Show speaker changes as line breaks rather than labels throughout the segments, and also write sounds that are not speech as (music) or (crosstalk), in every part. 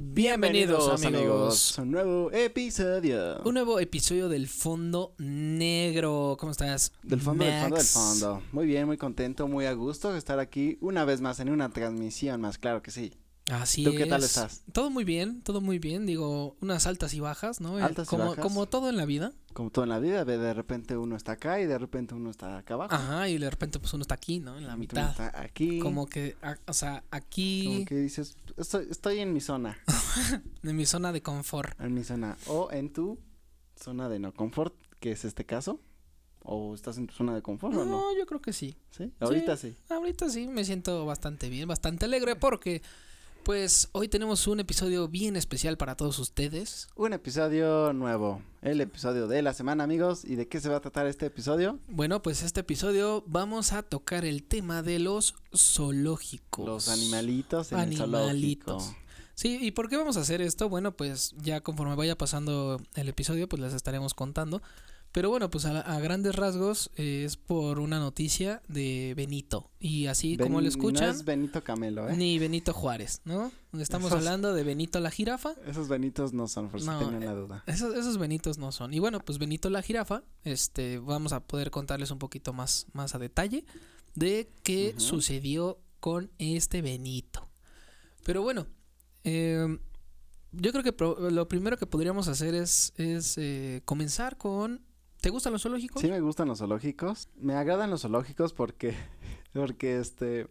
Bienvenidos, amigos.
a un nuevo episodio.
Un nuevo episodio del Fondo Negro. ¿Cómo estás?
Del fondo, del fondo, del
Max?
fondo. Muy bien, muy contento, muy a gusto de estar aquí una vez más en una transmisión más, claro que sí.
Así
¿Tú qué tal
es.
estás?
Todo muy bien, todo muy bien. Digo, unas altas y bajas, ¿no? El-
Altas y
como,
bajas.
como todo en la vida.
Como todo en la vida, de de repente uno está acá y de repente uno está acá abajo.
Ajá, y de repente pues uno está aquí, ¿no? En la
Uno
mitad.
está aquí.
Como que, a- o sea,
como
aquí
que dices, estoy, estoy en mi zona,
en mi zona de confort.
en mi zona. O en tu zona de no confort, que es este caso. O estás en tu zona de confort o no.
No, yo creo que sí.
¿Sí? Ahorita sí.
Ahorita Ah, sí me siento bastante bien, bastante alegre porque pues hoy tenemos un episodio bien especial para todos ustedes.
Un episodio nuevo. El episodio de la semana, amigos. ¿Y de qué se va a tratar este episodio?
Bueno, pues este episodio vamos a tocar el tema de los zoológicos.
Los animalitos en el
Animalitos.
zoológico.
Sí, ¿y por qué vamos a hacer esto? Bueno, pues ya conforme vaya pasando el episodio, pues les estaremos contando. Pero bueno, pues a, la- a grandes rasgos eh, es por una noticia de Benito. Y así como
Ben-
lo escuchan,
No es Benito Camelo, ¿eh?
ni Benito Juárez, ¿no? Estamos
Esos-
hablando de Benito la jirafa.
Esos Benitos no son, por si
No,
tienen
eh,
la duda.
Esos, esos Benitos no son. Y bueno, pues Benito la jirafa, este, vamos a poder contarles un poquito más, más a detalle de qué
Ujú.
sucedió con este Benito. Pero bueno, eh, yo creo que pro- lo primero que podríamos hacer es, es eh, comenzar con... ¿Te gustan los zoológicos?
Sí me gustan los zoológicos. Me agradan los zoológicos porque, (laughs) porque este,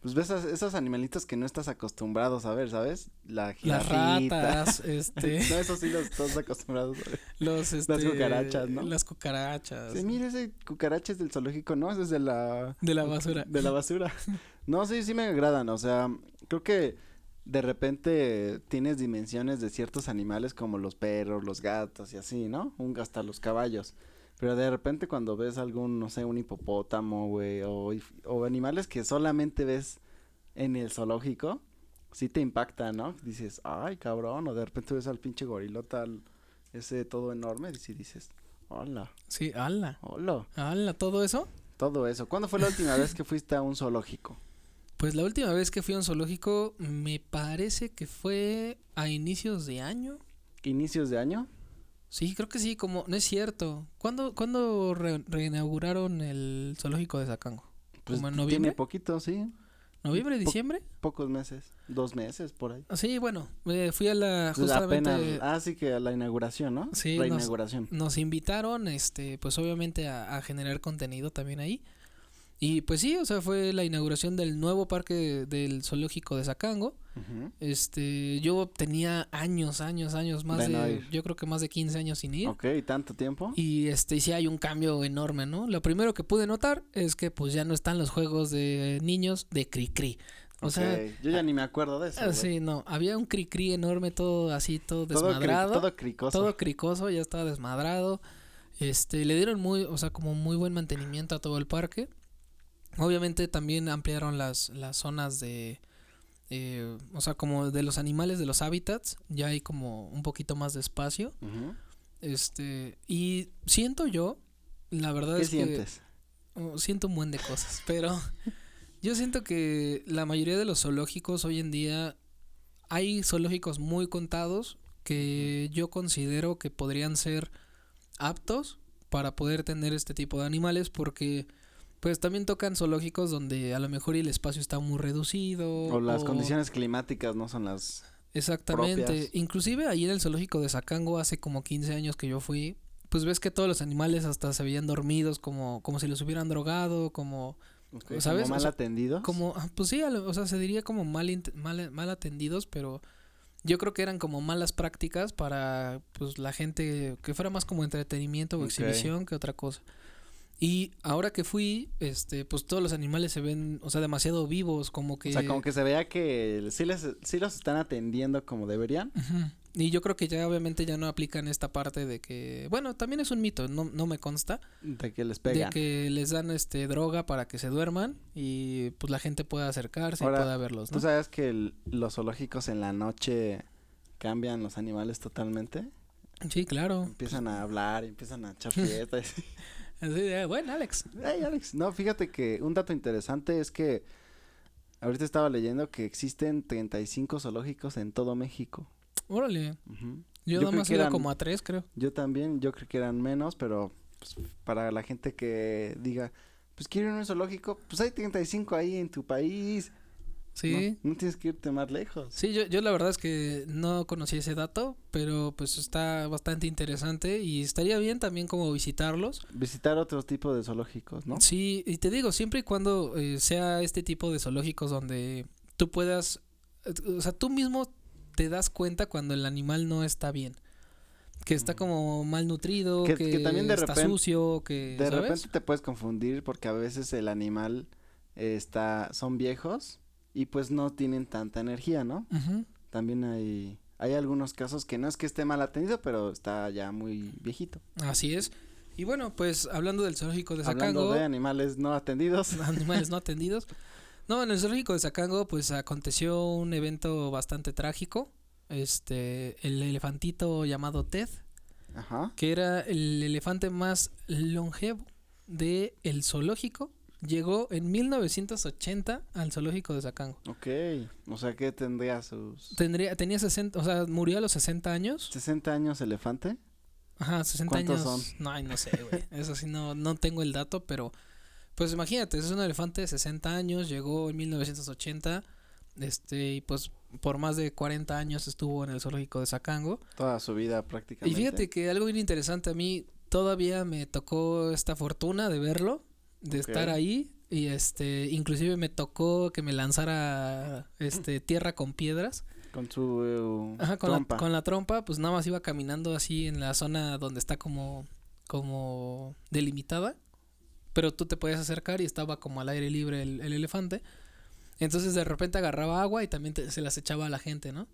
pues ves esas- esos animalitos que no estás acostumbrados a ver, ¿sabes? La
Las
jirafita.
ratas, este,
(laughs) No, eso sí los estás acostumbrados a ver.
los, este,
cucarachas, ¿no?
Las cucarachas.
Sí, mira, ese cucaracha es del zoológico, ¿no? Ese Es de la...
De la basura.
De la basura.
(laughs)
No, sí, sí me agradan. O sea, creo que de repente tienes dimensiones de ciertos animales como los perros, los gatos y así, ¿no? Un, hasta los caballos. Pero de repente cuando ves algún, no sé, un hipopótamo, güey, o, if- o animales que solamente ves en el zoológico, sí te impacta, ¿no? Dices, ay, cabrón, o de repente ves al pinche gorila tal, ese todo enorme, y sí dices, hola,
Sí, ala,
hola,
ala, todo eso.
todo eso. ¿Cuándo fue la última vez que fuiste a un zoológico?
Pues la última vez que fui a un zoológico me parece que fue a inicios de año.
inicios de año.
Sí, creo que sí, como no es cierto. ¿Cuándo, ¿cuándo re- reinauguraron el zoológico de Zacango?
Pues
¿Como en
tiene
noviembre?
poquito, sí.
¿Noviembre,
po-
diciembre?
Pocos meses. Dos meses por ahí.
Ah, Sí, bueno, eh, fui a la
Pues Apenas.
justamente
Ah, sí que a la inauguración, ¿no?
Sí,
La
nos-
inauguración.
nos invitaron, este, pues obviamente a, a generar contenido también ahí. Y pues sí, o sea, fue la inauguración del nuevo parque del zoológico de Zacango.
Ujú.
Este, yo tenía años, años, años, más
De
de,
no ir.
yo creo que más de 15 años sin ir.
Ok, tanto tiempo.
Y este, sí hay un cambio enorme, ¿no? Lo primero que pude notar es que pues ya no están los juegos de niños de cri-cri. O
Ok, Yo ya ni me acuerdo de eso.
sea, ah,
güey.
sí, no, había un cri-cri enorme, todo así, todo
Todo, cri-
desmadrado. Todo,
todo cricoso.
cricoso, ya estaba desmadrado. Este, le dieron muy, o sea, como muy buen mantenimiento a todo el parque. Obviamente también ampliaron las, las zonas de, eh, o sea, como de los animales, de los hábitats. Ya hay como un poquito más de espacio.
Ujú.
Este, y siento yo, la verdad
¿Qué
es
sientes?
que oh, siento un buen de cosas, pero yo siento que la mayoría de los zoológicos hoy en día hay zoológicos muy contados que yo considero que podrían ser aptos para poder tener este tipo de animales porque pues también tocan zoológicos donde a lo mejor el espacio está muy reducido
O las condiciones climáticas no son las.
Exactamente.
propias.
Inclusive ahí en el zoológico de Zacango hace como 15 años que yo fui, pues ves que todos los animales hasta se veían dormidos como como si los hubieran drogado, como
ok,
¿Sabes? O
Como mal
sea,
atendidos.
como ah, pues sí, a lo- o sea, se diría como mal, int- mal mal atendidos, pero yo creo que eran como malas prácticas para pues la gente que fuera más como entretenimiento o
Ok.
exhibición que otra cosa. Y ahora que fui, este, pues todos los animales se ven, o sea, demasiado vivos, como que
O sea, como que se vea que sí, les, sí los están atendiendo como deberían.
Ujú. Y yo creo que ya obviamente ya no aplican esta parte de que, bueno, también es un mito, no, no me consta,
De que les
de
pegan.
que les dan este droga para que se duerman y pues la gente pueda acercarse
Ahora,
y pueda verlos, ¿no?
¿Tú sabes que el- los zoológicos en la noche cambian los animales totalmente?
Sí, claro.
Empiezan a hablar, empiezan a (laughs) echar fiesta. y-
Así de, bueno, Alex.
Ey, Alex. No, fíjate que un dato interesante es que ahorita estaba leyendo que existen 35 zoológicos en todo México.
Órale.
Ujú.
Yo,
Yo
nada
creo
más
que
iba
eran-
como a tres, creo.
Yo también, yo creo que eran menos, pero pues, para la gente que diga, pues quiero ir a un zoológico, pues hay 35 ahí en tu país.
Sí.
No, no tienes que irte más lejos.
Sí, yo, yo la verdad es que no conocía ese dato, pero pues está bastante interesante y estaría bien también como visitarlos.
Visitar otros tipos de zoológicos, ¿no?
Sí, y te digo, siempre y cuando eh, sea este tipo de zoológicos donde tú puedas, eh, o sea, tú mismo te das cuenta cuando el animal no está bien, que está como malnutrido, que,
Mm. Que- que también de
está
repente-
sucio, que...
De
Eh, ¿sabes?
repente te puedes confundir porque a veces el animal eh, está, son viejos y pues no tienen tanta energía, ¿no?
Ujú.
También hay, hay algunos casos que no es que esté mal atendido, pero está ya muy viejito.
Así es. Y bueno, pues hablando del zoológico de
Hablando
Zacago,
de animales no atendidos.
(laughs) animales no atendidos. No, en el zoológico de Zacango pues aconteció un evento bastante trágico. Este, el elefantito llamado Ted,
Ajá.
que era el elefante más longevo de el zoológico, llegó en 1980 al zoológico de Zacango.
Ok. O sea que tendría sus
Tendría tenía 60, o sea, murió a los 60 años.
60 años elefante.
Ajá, 60
¿Cuántos
años.
son?
No, ay, no sé,
(laughs)
güey. Eso sí no no tengo el dato, pero Pues imagínate, es un elefante de 60 años, llegó en 1980, este, y pues por más de 40 años estuvo en el zoológico de Zacango.
Toda su vida
Y
prácticamente.
fíjate que algo bien interesante a mí, todavía me tocó esta fortuna de verlo, de
Ok.
estar ahí, y este, inclusive me tocó que me lanzara este, tierra con piedras.
Con su eh,
Ajá, con,
trompa.
La, con la trompa, pues nada más iba caminando así en la zona donde está como, como delimitada. Pero tú te podías acercar y estaba como al aire libre el, el elefante. Entonces de repente agarraba agua y también te- se las echaba a la gente, ¿no?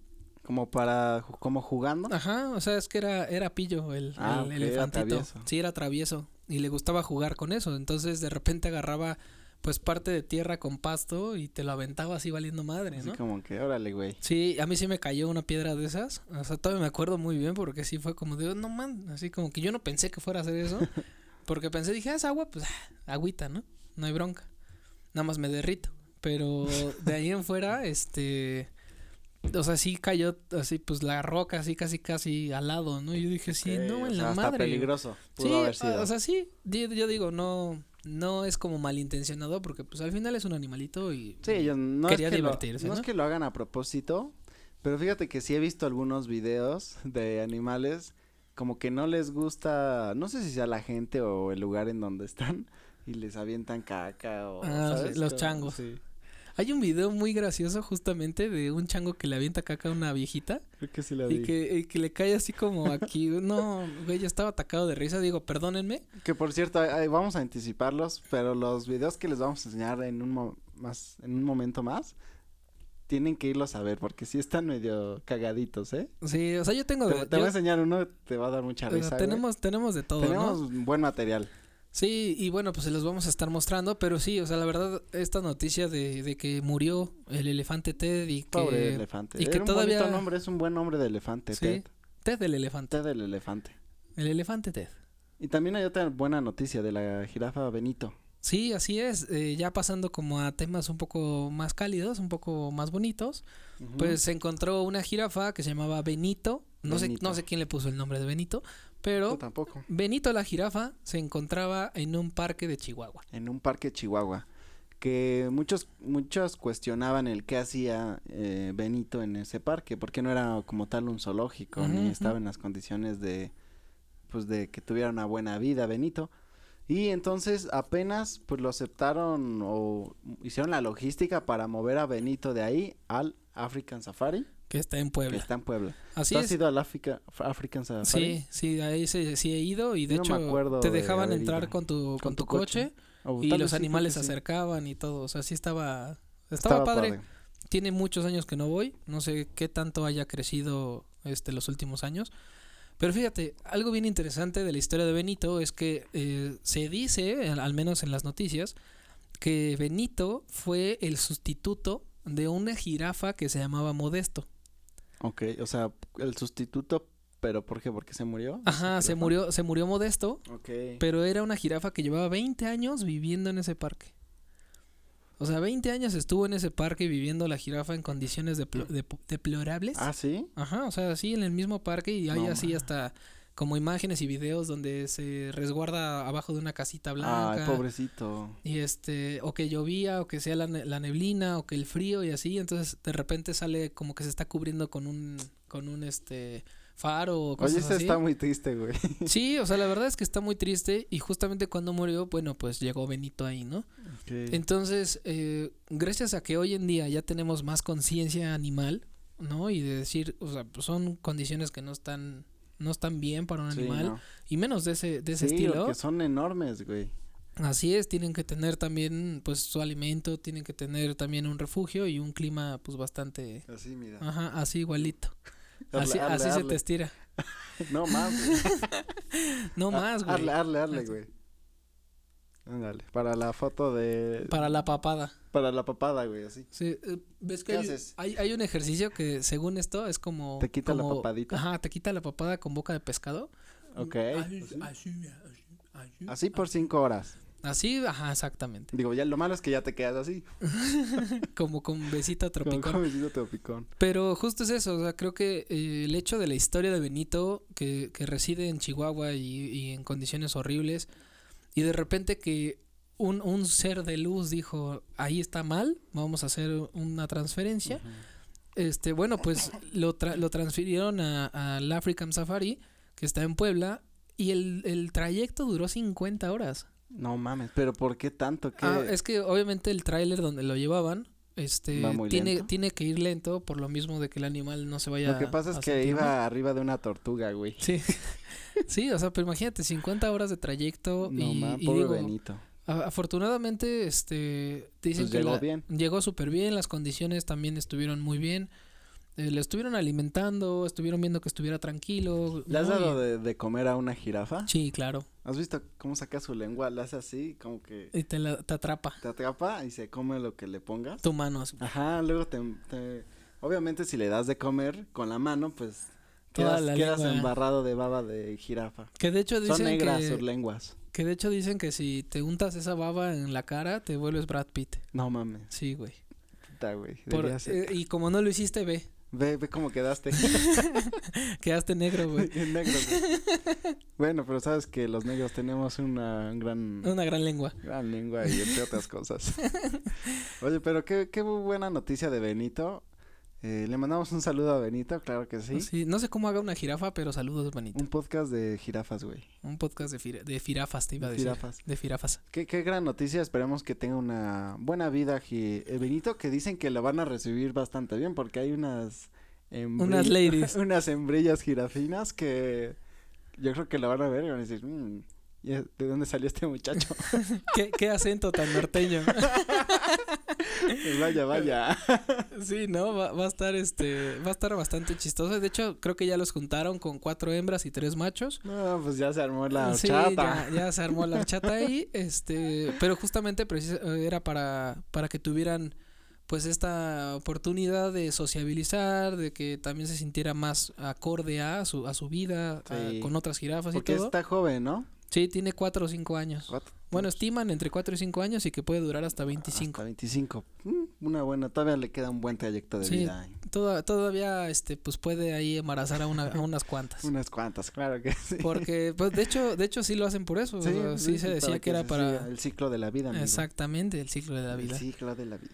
Como para... ju- Como jugando.
Ajá, o sea, es que era, era pillo el,
Ah,
el
ok, era
elefantito.
travieso.
sí, era travieso. Y le gustaba jugar con eso. Entonces de repente agarraba pues parte de tierra con pasto y te lo aventaba así valiendo madre,
Así
¿no?
como que, órale, güey.
Sí, a mí sí me cayó una piedra de esas. O sea, todavía me acuerdo muy bien porque sí fue como de, "Oh, no man, así como que yo no pensé que fuera a hacer eso.
(laughs)
Porque pensé, dije, "Ah, es agua, pues ah, agüita, ¿no? No hay bronca. Nada más me derrito. Pero de ahí en fuera, este. O sea, sí cayó así, pues la roca, así casi, casi al lado, ¿no? Yo dije, sí,
Ok,
no,
o
en
sea,
la
hasta
madre.
peligroso. Pudo
Sí,
haber sido.
o sea, sí. Yo, yo digo, no, no es como malintencionado porque, pues al final es un animalito y.
Sí, ellos no
Quería
es que
divertirse,
lo,
¿no?
es que lo hagan a propósito, pero fíjate que sí he visto algunos videos de animales como que no les gusta, no sé si sea la gente o el lugar en donde están y les avientan caca o
Ah,
¿sabes?
los
Como-
changos.
Sí,
Hay un video muy gracioso justamente de un chango que le avienta caca a una viejita
creo que sí lo
y
vi. Que...
que, y que le cae así como
(laughs)
aquí. No, güey, yo estaba atacado de risa. Digo, perdónenme.
por cierto, ay, ay, vamos a anticiparlos, pero los videos que les vamos a enseñar en un mo- más en un momento más tienen que irlos a ver porque sí están medio cagaditos, ¿eh?
Sí, o sea, yo tengo...
Te,
de-
te
yo-
voy a enseñar uno, te va a dar mucha
o sea,
risa. güey.
tenemos, tenemos de todo, ¿no?
Tenemos buen material.
Sí, y bueno, pues se los vamos a estar mostrando, pero sí, o sea, la verdad, esta noticia de, de que murió el elefante Ted y que...
Pobre elefante.
y que
Era un
todavía-
bonito nombre, es un buen nombre de elefante,
Sí.
Ted.
Ted el elefante.
Ted el elefante.
El elefante Ted.
Y también hay otra buena noticia de la jirafa Benito.
Sí, así es. eh, ya pasando como a temas un poco más cálidos, un poco más bonitos.
Ujú.
Pues se encontró una jirafa que se llamaba Benito. No, Sé,
Benito.
no sé quién le puso el nombre de Benito,
Yo
pero
tampoco.
Benito la jirafa se encontraba en un parque de Chihuahua.
En un parque de Chihuahua. Que muchos, muchos cuestionaban el qué hacía eh, Benito en ese parque. Porque no era como tal un zoológico,
Ujú,
ni
ujú.
estaba en las condiciones de, pues, de que tuviera una buena vida Benito. Y entonces apenas pues lo aceptaron o hicieron la logística para mover a Benito de ahí al African Safari.
Que está en
que
Puebla.
está en Puebla.
Así
¿Tú has
es.
ido al África, African Safari?
Sí, sí, ahí se- sí he ido y de
Yo no me
hecho
acuerdo
te
de
dejaban
haber
entrar
ido.
con tu, con tu coche,
O
y
Uh, tal
los
vez sí,
animales se
creo que sí.
acercaban y todo. O sea, sí estaba, estaba, padre. Tiene muchos años que no voy, no sé qué tanto haya crecido este los últimos años. Pero fíjate, algo bien interesante de la historia de Benito es que eh, se dice, al- al menos en las noticias, que Benito fue el sustituto de una jirafa que se llamaba Modesto.
Ok, o sea, el sustituto ¿Pero por qué? ¿Porque se murió?
Ajá, se
jirafa?
murió, se murió modesto,
Ok.
pero era una jirafa que llevaba 20 años viviendo en ese parque. O sea, 20 años estuvo en ese parque viviendo la jirafa en condiciones deplo- dep- deplorables.
ah, sí.
Ajá, o sea, sí, en el mismo parque y hay
No
así hasta como imágenes y videos donde se resguarda abajo de una casita blanca.
Ay, pobrecito.
Y este, o que llovía, o que sea la, ne- la neblina, o que el frío y así, entonces de repente sale como que se está cubriendo con un, con un este faro o cosas
Oye, ese
así.
está muy triste, güey.
Sí, o sea, la verdad es que está muy triste y justamente cuando murió, bueno, pues llegó Benito ahí, ¿no? (laughs) Entonces, eh, gracias a que hoy en día ya tenemos más conciencia animal, ¿no? Y de decir, o sea, pues son condiciones que no están, no están bien para un
Sí,
animal,
no.
y menos de ese, de ese
Sí,
estilo.
que son enormes, güey.
Así es, tienen que tener también pues su alimento, tienen que tener también un refugio y un clima pues bastante
Así, mira.
ajá, así igualito. Ah, Así, así se te estira.
No más, güey.
(laughs) No más, güey.
Hazle, hazle, hazle, güey. Ándale, para la foto de...
Para la papada.
Para la papada, güey, así.
Sí, eh, ¿Ves que
¿Qué
hay,
haces?
hay- hay un ejercicio que según esto es como
Te quita la
como-
papadita.
Ajá, te quita la papada con boca de pescado.
Ok.
Así,
Así,
así, así, así.
Así pues. por cinco horas.
Así, ajá, exactamente.
Digo, ya lo malo es que ya te quedas así.
Como con besito
Con
tropical.
comecito tropicón.
Pero justo es eso, o sea, creo que eh, el hecho de la historia de Benito, que, que reside en Chihuahua y, y en condiciones horribles, y de repente que un, un ser de luz dijo, ahí está mal, vamos a hacer una transferencia, este bueno, pues lo, tra- lo transfirieron a- al African Safari, que está en Puebla, y el, el trayecto duró 50 horas.
No mames, pero ¿por qué tanto? ¿Qué?
Ah, es que obviamente el tráiler donde lo llevaban, este,
Va muy
tiene,
lento.
tiene que ir lento por lo mismo de que el animal no se vaya.
Lo que pasa es
a
que
sentir
iba
mal. (laughs)
arriba de una tortuga, güey.
Sí. (laughs) sí, o sea, pero imagínate, 50 horas de trayecto
No
y,
mames,
y
pobre
digo,
Benito.
a- afortunadamente, este, dicen
Pues
que
llegó
la-
bien.
llegó súper bien, las condiciones también estuvieron muy bien. eh, le estuvieron alimentando, estuvieron viendo que estuviera tranquilo.
¿Le has
¿no? Y-
dado de, de comer a una jirafa?
Sí, claro.
¿Has visto cómo saca su lengua? La hace así, como que
Y te, la- te atrapa
te atrapa y se come lo que le pongas.
tu mano. así.
Ajá, luego te, te- Obviamente si le das de comer con la mano, pues
Toda
quedas,
la
quedas
lengua.
embarrado de baba de jirafa.
Que de hecho dicen
Son negras
que...
sus lenguas.
Que de hecho dicen que si te untas esa baba en la cara, te vuelves Brad Pitt.
No mames,
Sí, güey.
puta, güey.
Por-
deberías ser-
eh, y como no lo hiciste, ve.
Ve, ve cómo quedaste.
Quedaste negro, (laughs) güey.
(laughs) En negro, güey. Bueno, pero sabes que los negros tenemos una gran,
Una gran lengua.
gran lengua y entre
(laughs)
otras cosas. Oye, pero qué, qué buena noticia de Benito. Eh, le mandamos un saludo a Benito, claro que sí.
Ah, Sí, No sé cómo haga una jirafa, pero saludos, manito.
Un podcast de jirafas, güey.
Un podcast de, fir- de firafas, te iba a
De
decir.
jirafas.
De firafas.
Qué, qué gran noticia, esperemos que tenga una buena vida Ji- eh, Benito, que dicen que lo van a recibir bastante bien porque hay unas... hembri-
Unas ladies.
(laughs) unas hembrillas jirafinas que yo creo que lo van a ver y van a decir, "Mm, ¿y es- ¿de dónde salió este muchacho? (laughs)
¿Qué, qué acento tan norteño.
Pues
(laughs)
vaya, vaya.
sí, ¿no? Va, va a estar este... Va a estar bastante chistoso. De hecho, creo que ya los juntaron con cuatro hembras y tres machos.
No, pues ya se armó la
sí,
chata.
Ya, ya se armó la horchata ahí, este, pero justamente precis- eh, era para, para que tuvieran pues esta oportunidad de sociabilizar, de que también se sintiera más acorde a su, a su vida, a-
Sí.
con otras jirafas
Porque
y todo.
está joven, ¿no?
Sí, tiene cuatro o cinco años.
Cuatro-
Bueno, estiman entre cuatro y cinco años y que puede durar hasta 25.
hasta 25. Mm, una buena, todavía le queda un buen trayecto de
Sí.
vida. ¿eh?
Toda- todavía este pues puede ahí embarazar a, una, a unas cuantas.
Unas cuantas, claro que sí.
(laughs) Porque pues de hecho, de hecho sí lo hacen por eso, o sea, sí, se
para
decía que era
se siga
para
El ciclo de la vida, amigo.
Exactamente, el ciclo de la vida.
El ciclo de la vida.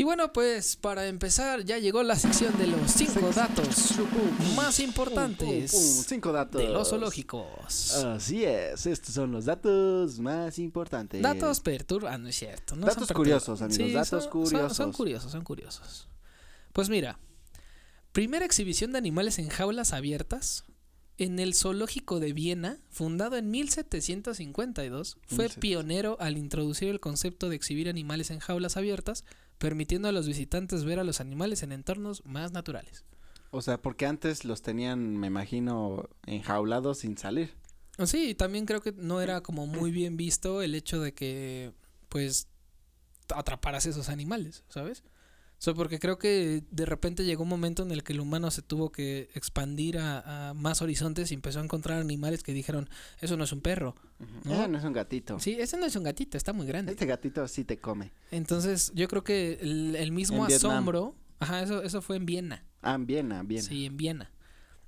Y bueno, pues para empezar, ya llegó la sección de los cinco datos más
Pum, pum, pum,
importantes
cinco datos.
de los zoológicos.
Así es, estos son los datos más importantes.
Datos perturbantes, no es cierto. no son
Datos
perturb-
curiosos, amigos, datos
son- son- Son,
curiosos.
curiosos, son curiosos. Pues mira, primera exhibición de animales en jaulas abiertas en el zoológico de Viena, fundado en 1752, fue
1700.
pionero al introducir el concepto de exhibir animales en jaulas abiertas, permitiendo a los visitantes ver a los animales en entornos más naturales.
O sea, porque antes los tenían, me imagino, enjaulados sin salir.
Ah, Sí, y también creo que no era como muy bien visto el hecho de que, pues, atraparas esos animales, ¿sabes? O sea, porque creo que de repente llegó un momento en el que el humano se tuvo que expandir a, a más horizontes y empezó a encontrar animales que dijeron, eso no es un perro.
Ujú. Ese Eh, no es un gatito.
Sí, ese no es un gatito, está muy grande.
Este gatito sí te come.
Entonces, yo creo que el, el mismo
En Vietnam.
asombro, ajá, eso, eso fue en Viena.
Ah, en Viena, en Viena.
Sí, en Viena.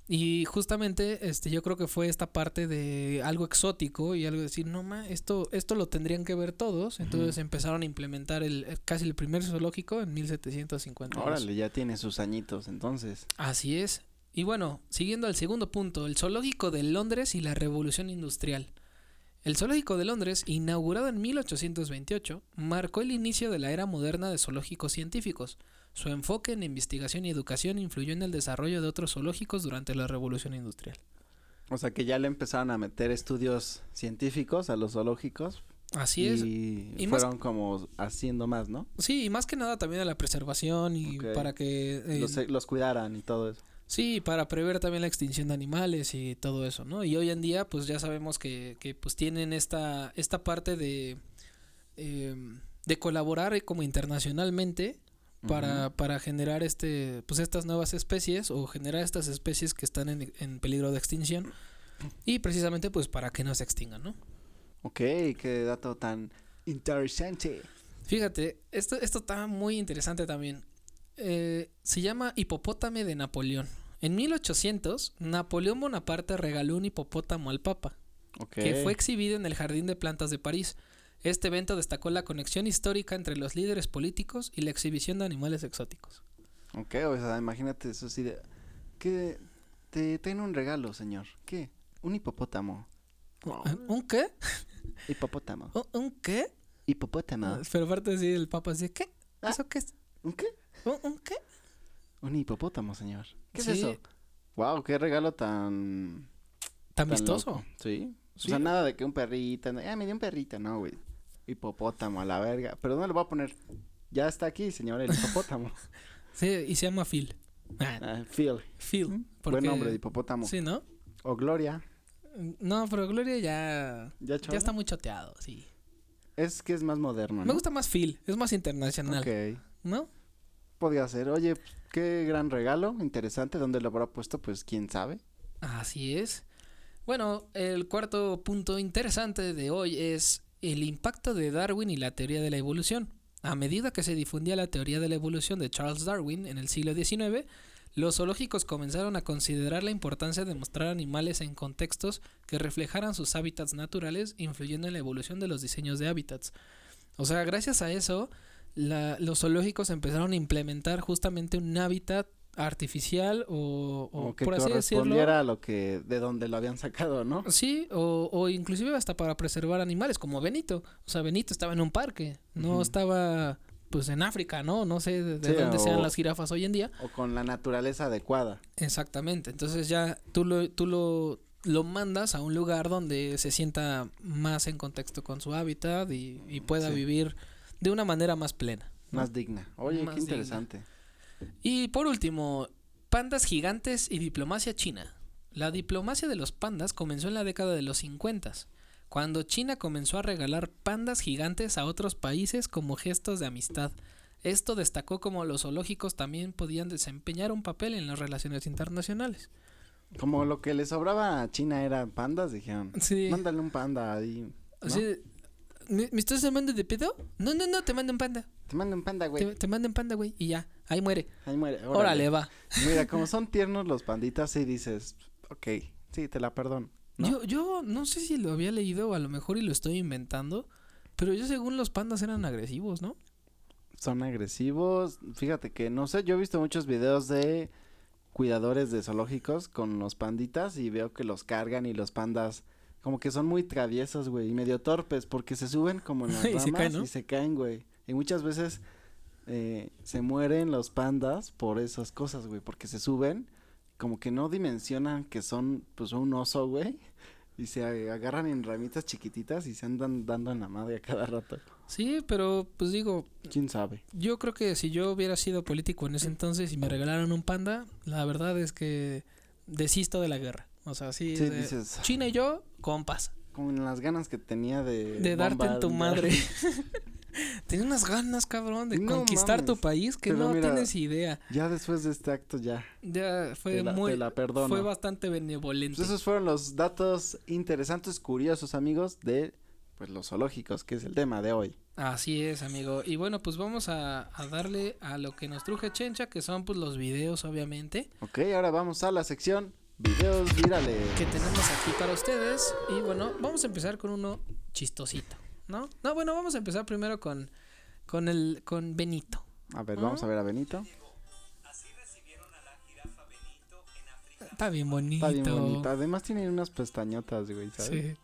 Y justamente, este, yo creo que fue esta parte de algo exótico y algo de decir, no ma, esto, esto lo tendrían que ver todos. Entonces
Ujú.
empezaron a implementar el, el- casi el primer zoológico en 1752.
Órale, ya tiene sus añitos entonces.
Así es. Y bueno, siguiendo al segundo punto, el zoológico de Londres y la revolución industrial. El zoológico de Londres, inaugurado en 1828, marcó el inicio de la era moderna de zoológicos científicos. Su enfoque en investigación y educación influyó en el desarrollo de otros zoológicos durante la revolución industrial.
O sea que ya le empezaron a meter estudios científicos a los zoológicos.
Así es.
Y,
Y más-
fueron como haciendo más, ¿no?
Sí, y más que nada también a la preservación y
Ok.
para que... eh,
Los, los cuidaran y todo eso.
Sí, para prever también la extinción de animales y todo eso, ¿no? Y hoy en día, pues ya sabemos que, que pues tienen esta, esta parte de, eh, de colaborar eh, como internacionalmente para, para generar este, pues estas nuevas especies o generar estas especies que están en, en peligro de extinción y precisamente pues para que no se extingan, ¿no?
Ok, qué dato tan interesante.
Fíjate, esto, esto está muy interesante también. Eh, se llama Hipopótame de Napoleón. En 1800, Napoleón Bonaparte regaló un hipopótamo al Papa,
Ok.
que fue exhibido en el Jardín de Plantas de París. Este evento destacó la conexión histórica entre los líderes políticos y la exhibición de animales exóticos.
Ok, o sea, imagínate eso así de... Que te tengo un regalo, señor. ¿Qué? Un hipopótamo.
¿Un qué?
Hipopótamo.
¿Un- ¿Un qué?
Hipopótamo.
Pero aparte sí, el Papa así, ¿qué?
Ah.
¿Eso qué es?
¿Un qué?
¿Un, un qué?
Un hipopótamo, señor. ¿Qué
Sí.
es eso? Wow, qué regalo tan...
¿Tan
tan
vistoso?
loco. Sí.
Sí.
O sea, nada de que un perrito... no, Ah, me dio un perrito. No, güey. Hipopótamo, a la verga. ¿Pero dónde lo voy a poner? Ya está aquí, señor, el
(laughs)
hipopótamo.
Sí, y se llama Phil. Ah,
Ah, Phil.
Phil. porque-
Buen nombre de hipopótamo.
Sí, ¿no?
O Gloria.
No, pero Gloria ya,
Ya,
ya
chavo?
está muy choteado, sí.
Es que es más moderno,
Me
¿no?
gusta más Phil, es más internacional,
Ok.
¿no?
Podría ser. Oye, pues, qué gran regalo, interesante. ¿Dónde lo habrá puesto? Pues quién sabe.
Así es. Bueno, el cuarto punto interesante de hoy es el impacto de Darwin y la teoría de la evolución. A medida que se difundía la teoría de la evolución de Charles Darwin en el siglo XIX, los zoológicos comenzaron a considerar la importancia de mostrar animales en contextos que reflejaran sus hábitats naturales, influyendo en la evolución de los diseños de hábitats. O sea, gracias a eso, la- los zoológicos empezaron a implementar justamente un hábitat artificial o, o,
O que
por así decirlo,
correspondiera a lo que, de donde lo habían sacado,
(laughs)
¿no?
Sí, o, o inclusive hasta para preservar animales, como Benito. O sea, Benito estaba en un parque, no
Ujú.
estaba pues en África, ¿no? No sé de, de
Sí,
dónde sean
o-
las jirafas hoy en día.
O con la naturaleza adecuada.
Exactamente, entonces ya tú lo, tú lo, lo mandas a un lugar donde se sienta más en contexto con su hábitat y, y pueda
Sí.
vivir de una manera más plena. ¿no?
Más digna. Oye,
Más
qué
digna.
interesante.
Y por último, pandas gigantes y diplomacia china. La diplomacia de los pandas comenzó en la década de los 50, cuando China comenzó a regalar pandas gigantes a otros países como gestos de amistad. Esto destacó como los zoológicos también podían desempeñar un papel en las relaciones internacionales.
Como lo que le sobraba a China eran pandas, dijeron.
Sí.
Mándale un panda ahí. ¿no?
¿me, me estás llamando de pedo? No, no, no, te mando un panda.
Te mando un panda, güey.
Te, te mando un panda, güey. Y ya, ahí muere.
Ahí muere.
Órale, va.
Mira, como son tiernos los panditas, sí dices, ok, sí, te la perdono. ¿no?
Yo, yo no sé si lo había leído o a lo mejor y lo estoy inventando, pero yo según los pandas eran agresivos, ¿no?
son agresivos. Fíjate que no sé, yo he visto muchos videos de cuidadores de zoológicos con los panditas y veo que los cargan y los pandas como que son muy traviesos, güey, y medio torpes porque se suben como en las
(laughs) Y se
ramas
caen, ¿no?
y se caen, güey. Y muchas veces eh, se mueren los pandas por esas cosas, güey, porque se suben, como que no dimensionan que son pues un oso, güey. (laughs) Y se agarran en ramitas chiquititas y se andan dando en la madre a cada rato.
Sí, pero pues digo,
¿Quién sabe?
yo creo que si yo hubiera sido político en ese entonces y me regalaran un panda, la verdad es que desisto de la guerra. O sea, sí,
Sí,
de-
dices...
China y yo, compas,
Con las ganas que tenía de...
de darte en tu
(laughs) bombardear.
madre. (laughs) Tenía unas ganas, cabrón, de
No
conquistar tu
mames.
país que
Pero
no
mira,
tienes idea.
Ya después de este acto ya.
Ya fue
te la-
muy.
te la perdono.
Fue bastante benevolente.
Pues esos fueron los datos interesantes, curiosos, amigos, de pues los zoológicos, que es el tema de hoy.
Así es, amigo. Y bueno, pues vamos a, a darle a lo que nos truje Chencha, que son pues los videos, obviamente,
Ok, ahora vamos a la sección videos virales.
que tenemos aquí para ustedes. Y bueno, vamos a empezar con uno chistosito, ¿no? No, bueno, vamos a empezar primero con, con el, con Benito.
A ver, vamos a ver a Benito.
Está bien bonito.
Está bien bonito. Además tiene unas pestañotas, güey, ¿sabes?
Sí.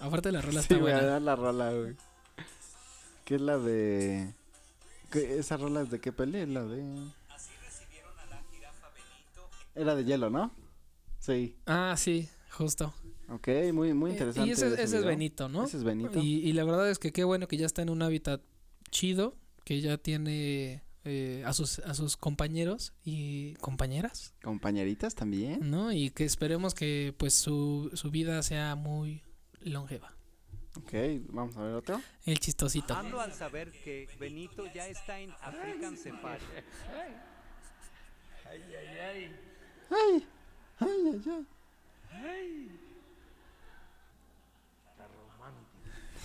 Aparte la rola está
Sí, güey,
buena.
a la rola, güey. Que es la de... ¿Qué- ¿Esa rola es de qué peli? Es La de... Era de hielo, ¿no? Sí.
Ah, sí, justo.
Ok, muy, muy
Eh,
interesante.
Y ese,
ese
ese es
video.
Benito, ¿no?
Ese es Benito.
Y, y la verdad es que qué bueno que ya está en un hábitat chido, que ya tiene eh, a, sus, a sus compañeros y compañeras,
Compañeritas también.
¿no? Y que esperemos que pues su, su vida sea muy longeva.
Ok, vamos a ver otro.
El chistosito.
Ah.
AMLO al saber que Benito ya está en African Safari.
¡Ay! ¡Ay, ay, ay!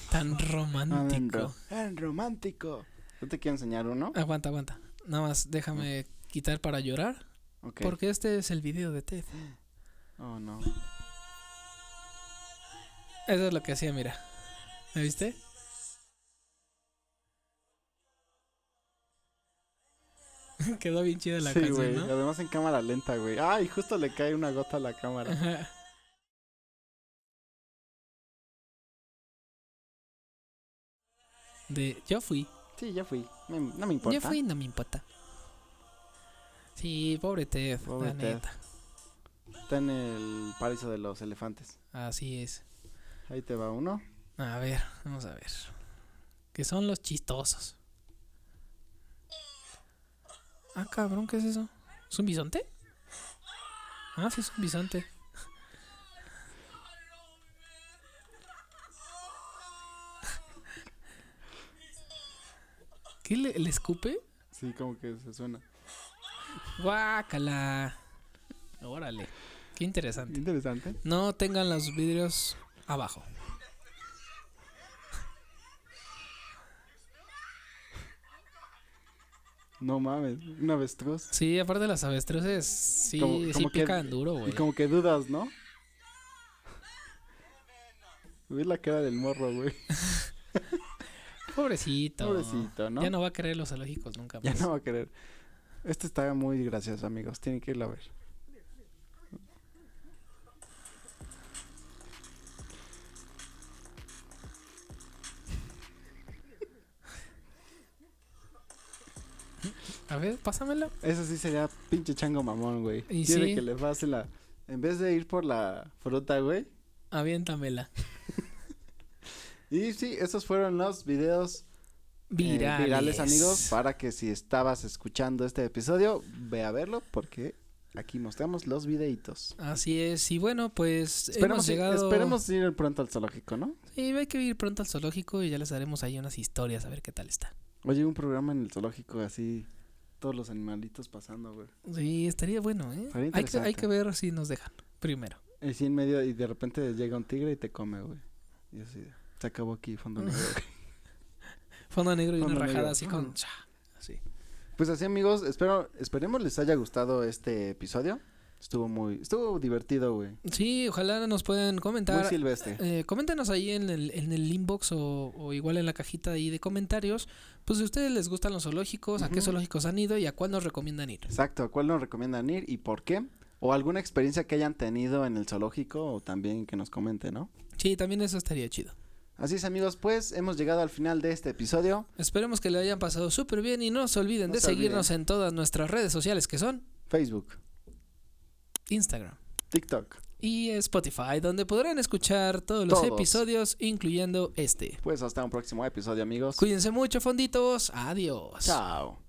Tan romántico.
Adentro. ¡Tan ah, romántico! Yo te quiero enseñar uno.
Aguanta, aguanta. Nada más déjame quitar para llorar,
Ok.
porque este es el video de Ted.
Oh, no.
Eso es lo que hacía, mira. ¿Me viste? (laughs) Quedó bien chida la
sí,
canción,
güey.
¿no?
Además en cámara lenta, güey. ¡Ay! Justo le cae una gota a la cámara.
Ajá. De yo fui.
Sí, ya fui. Me- no me importa.
Yo fui, no me importa. Sí, pobre Ted,
Pobre
la
Ted.
neta.
Está en el paraíso de los elefantes.
Así es.
Ahí te va uno.
A ver, vamos a ver. Que son los chistosos. Ah, cabrón, ¿qué es eso? ¿Es un bisonte? Ah, sí, es un bisonte. (laughs) ¿Qué le, le escupe?
Sí, como que se suena.
Guácala. Órale. Qué interesante.
Interesante.
No tengan los vidrios abajo.
No mames. Un avestruz.
Sí, aparte las avestruces sí,
Como-
sí
como que-
pican duro, güey.
Y como que dudas, ¿no? Ve la cara del morro, güey.
Pobrecito.
Pobrecito, ¿no?
Ya no pues. va a querer los zoológicos nunca
Ya
más.
no va a querer. Este está muy gracioso, amigos. Tienen que irlo a ver.
A ver, pásamelo.
Eso sí sería pinche chango mamón, güey.
Y
Quiere
sí.
que le pase la. En vez de ir por la fruta, güey.
Aviéntamela.
Eh, Y sí, esos fueron los videos eh,
Virales.
amigos. Para que si estabas escuchando este episodio, ve a verlo porque aquí mostramos los videitos.
Así es. Y bueno, pues
Esperemos,
hemos llegado.
esperemos ir pronto al zoológico, ¿no?
Sí, hay que ir pronto al zoológico y ya les daremos ahí unas historias a ver qué tal está.
Oye, un programa en el zoológico así, todos los animalitos pasando, güey.
Sí, estaría bueno, ¿eh?
Estaría
hay, que, hay
interesante.
que ver si nos dejan primero.
Y sí, en medio, y de repente llega un tigre y te come, güey. Y así, se acabó aquí,
(laughs)
fondo negro. güey.
Fondo negro y
Fondo
una
negro.
rajada así con.
Ujú.
cha, Así.
Pues así, amigos, espero, esperemos les haya gustado este episodio. Estuvo muy, estuvo divertido, güey.
Sí, ojalá nos puedan
Muy
comentar.
silvestre.
Eh, coméntenos ahí en el, en el inbox o, o igual en la cajita ahí de comentarios. Pues si a ustedes les gustan los zoológicos, a qué
Ujú.
zoológicos han ido y a cuál nos recomiendan ir.
Exacto, ¿a cuál nos recomiendan ir y por qué? O alguna experiencia que hayan tenido en el zoológico o también que nos comente, ¿no?
Sí, también eso estaría chido.
Así es, amigos, pues hemos llegado al final de este episodio.
Esperemos que le hayan pasado súper bien y no se olviden
No
de
se
seguirnos en todas nuestras redes sociales que son
Facebook,
Instagram
TikTok.
y Spotify, donde podrán escuchar todos los
Todos.
episodios, incluyendo este.
Pues hasta un próximo episodio, amigos.
Cuídense mucho, fonditos. Adiós.
Chao.